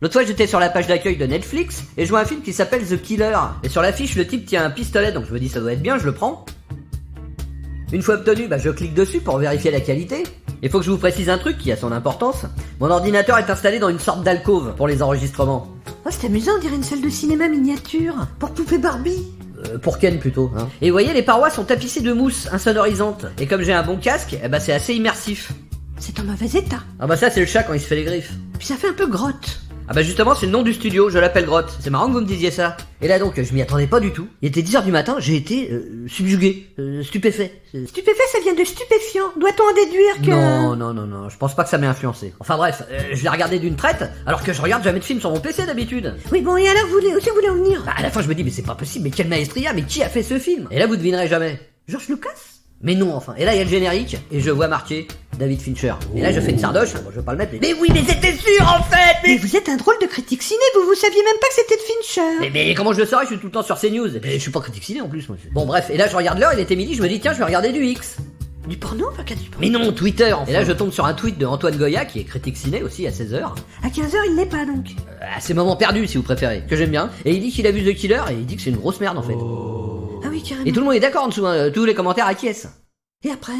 L'autre fois, j'étais sur la page d'accueil de Netflix et je vois un film qui s'appelle The Killer. Et sur l'affiche, le type tient un pistolet, donc je me dis ça doit être bien, je le prends. Une fois obtenu, bah, je clique dessus pour vérifier la qualité. Il faut que je vous précise un truc qui a son importance. Mon ordinateur est installé dans une sorte d'alcôve pour les enregistrements. Oh, c'est amusant, on dirait une salle de cinéma miniature pour poupée Barbie. Euh, pour Ken plutôt. hein. Et vous voyez, les parois sont tapissées de mousse insonorisante. Et comme j'ai un bon casque, eh bah, c'est assez immersif. C'est en mauvais état. Ah bah ça, c'est le chat quand il se fait les griffes. Puis ça fait un peu grotte. Ah bah justement, c'est le nom du studio, je l'appelle Grotte. C'est marrant que vous me disiez ça. Et là donc, je m'y attendais pas du tout. Il était 10h du matin, j'ai été euh, subjugué, euh, stupéfait. Euh, Stupéfait, ça vient de stupéfiant. Doit-on en déduire que... Non, non, non, non, je pense pas que ça m'ait influencé. Enfin bref, euh, je l'ai regardé d'une traite, alors que je regarde jamais de film sur mon PC d'habitude. Oui, bon, et alors, vous voulez, où est-ce que vous voulez en venir Bah, à la fin, je me dis, mais c'est pas possible, mais quel maestria, mais qui a fait ce film Et là, vous devinerez jamais. Georges Lucas Mais non, enfin. Et là, il y a le générique, et je vois marqué David Fincher. Et là, je fais une sardoche, bon, je vais pas le mettre, mais... mais oui, mais c'était sûr, en fait Mais vous êtes un drôle de critique ciné, vous vous saviez même pas que c'était de Fincher. Mais, mais comment je le saurais Je suis tout le temps sur CNews. Et puis, je suis pas critique ciné en plus, moi. Bon, bref, et là je regarde l'heure, il était midi, je me dis tiens, je vais regarder du X. Du porno, pas qu'à du porno. Mais non, Twitter enfin. Et là je tombe sur un tweet de Antoine Goya, qui est critique ciné aussi à 16h. À 15h, il n'est pas donc. À ses moments perdus, si vous préférez, que j'aime bien. Et il dit qu'il a vu The Killer, et il dit que c'est une grosse merde en fait. Ah oui, carrément. Euh, Et tout le monde est d'accord en dessous, hein, tous les commentaires acquiescent. Et après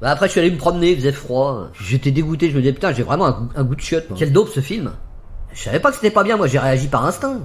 Bah après je suis allé me promener, il faisait froid. J'étais dégoûté, je me disais putain, j'ai vraiment un, goût- un goût de chiotte. moi. Quel dope ce film Je savais pas que c'était pas bien, moi j'ai réagi par instinct.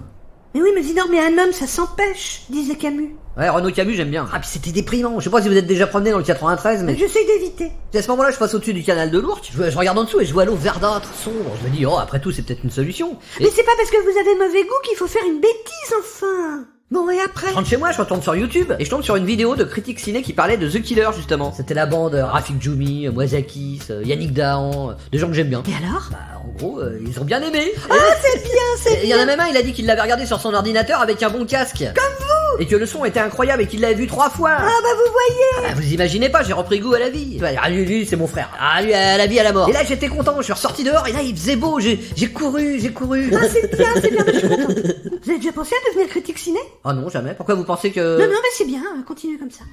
Mais oui, mais dis donc, mais un homme, ça s'empêche, disait Camus. Ouais, Renaud Camus, j'aime bien. Ah, puis c'était déprimant. Je sais pas si vous êtes déjà promené dans le 93, mais. J'essaye d'éviter. Et à ce moment-là, je passe au-dessus du canal de l'Ourcq, je, je regarde en dessous et je vois l'eau verdâtre, sombre. Je me dis, oh, après tout, c'est peut-être une solution. Et Mais c'est pas parce que vous avez mauvais goût qu'il faut faire une bêtise, enfin Bon, et après je rentre chez moi, je retourne sur YouTube et je tombe sur une vidéo de critique ciné qui parlait de The Killer, justement. C'était la bande euh, Rafik Djoumi, euh, Moisakis, euh, Yannick Dahan, euh, des gens que j'aime bien. Et alors Bah, en gros, euh, ils ont bien aimé. Ah, c'est bien, c'est Il y en a même un, il a dit qu'il l'avait regardé sur son ordinateur avec un bon casque. Comme vous Et que le son était incroyable et qu'il l'avait vu trois fois. Ah bah vous voyez Ah, vous imaginez pas, j'ai repris goût à la vie. Ah, lui, lui, c'est mon frère. Ah, lui, à la vie, à la mort. Et là, j'étais content, je suis ressorti dehors, et là, il faisait beau, j'ai j'ai couru, j'ai couru. Ah c'est bien, c'est bien, mais je suis contente. Vous avez déjà pensé à devenir critique ciné Ah non, jamais. Pourquoi vous pensez que... Non, non, mais c'est bien, euh, continuez comme ça.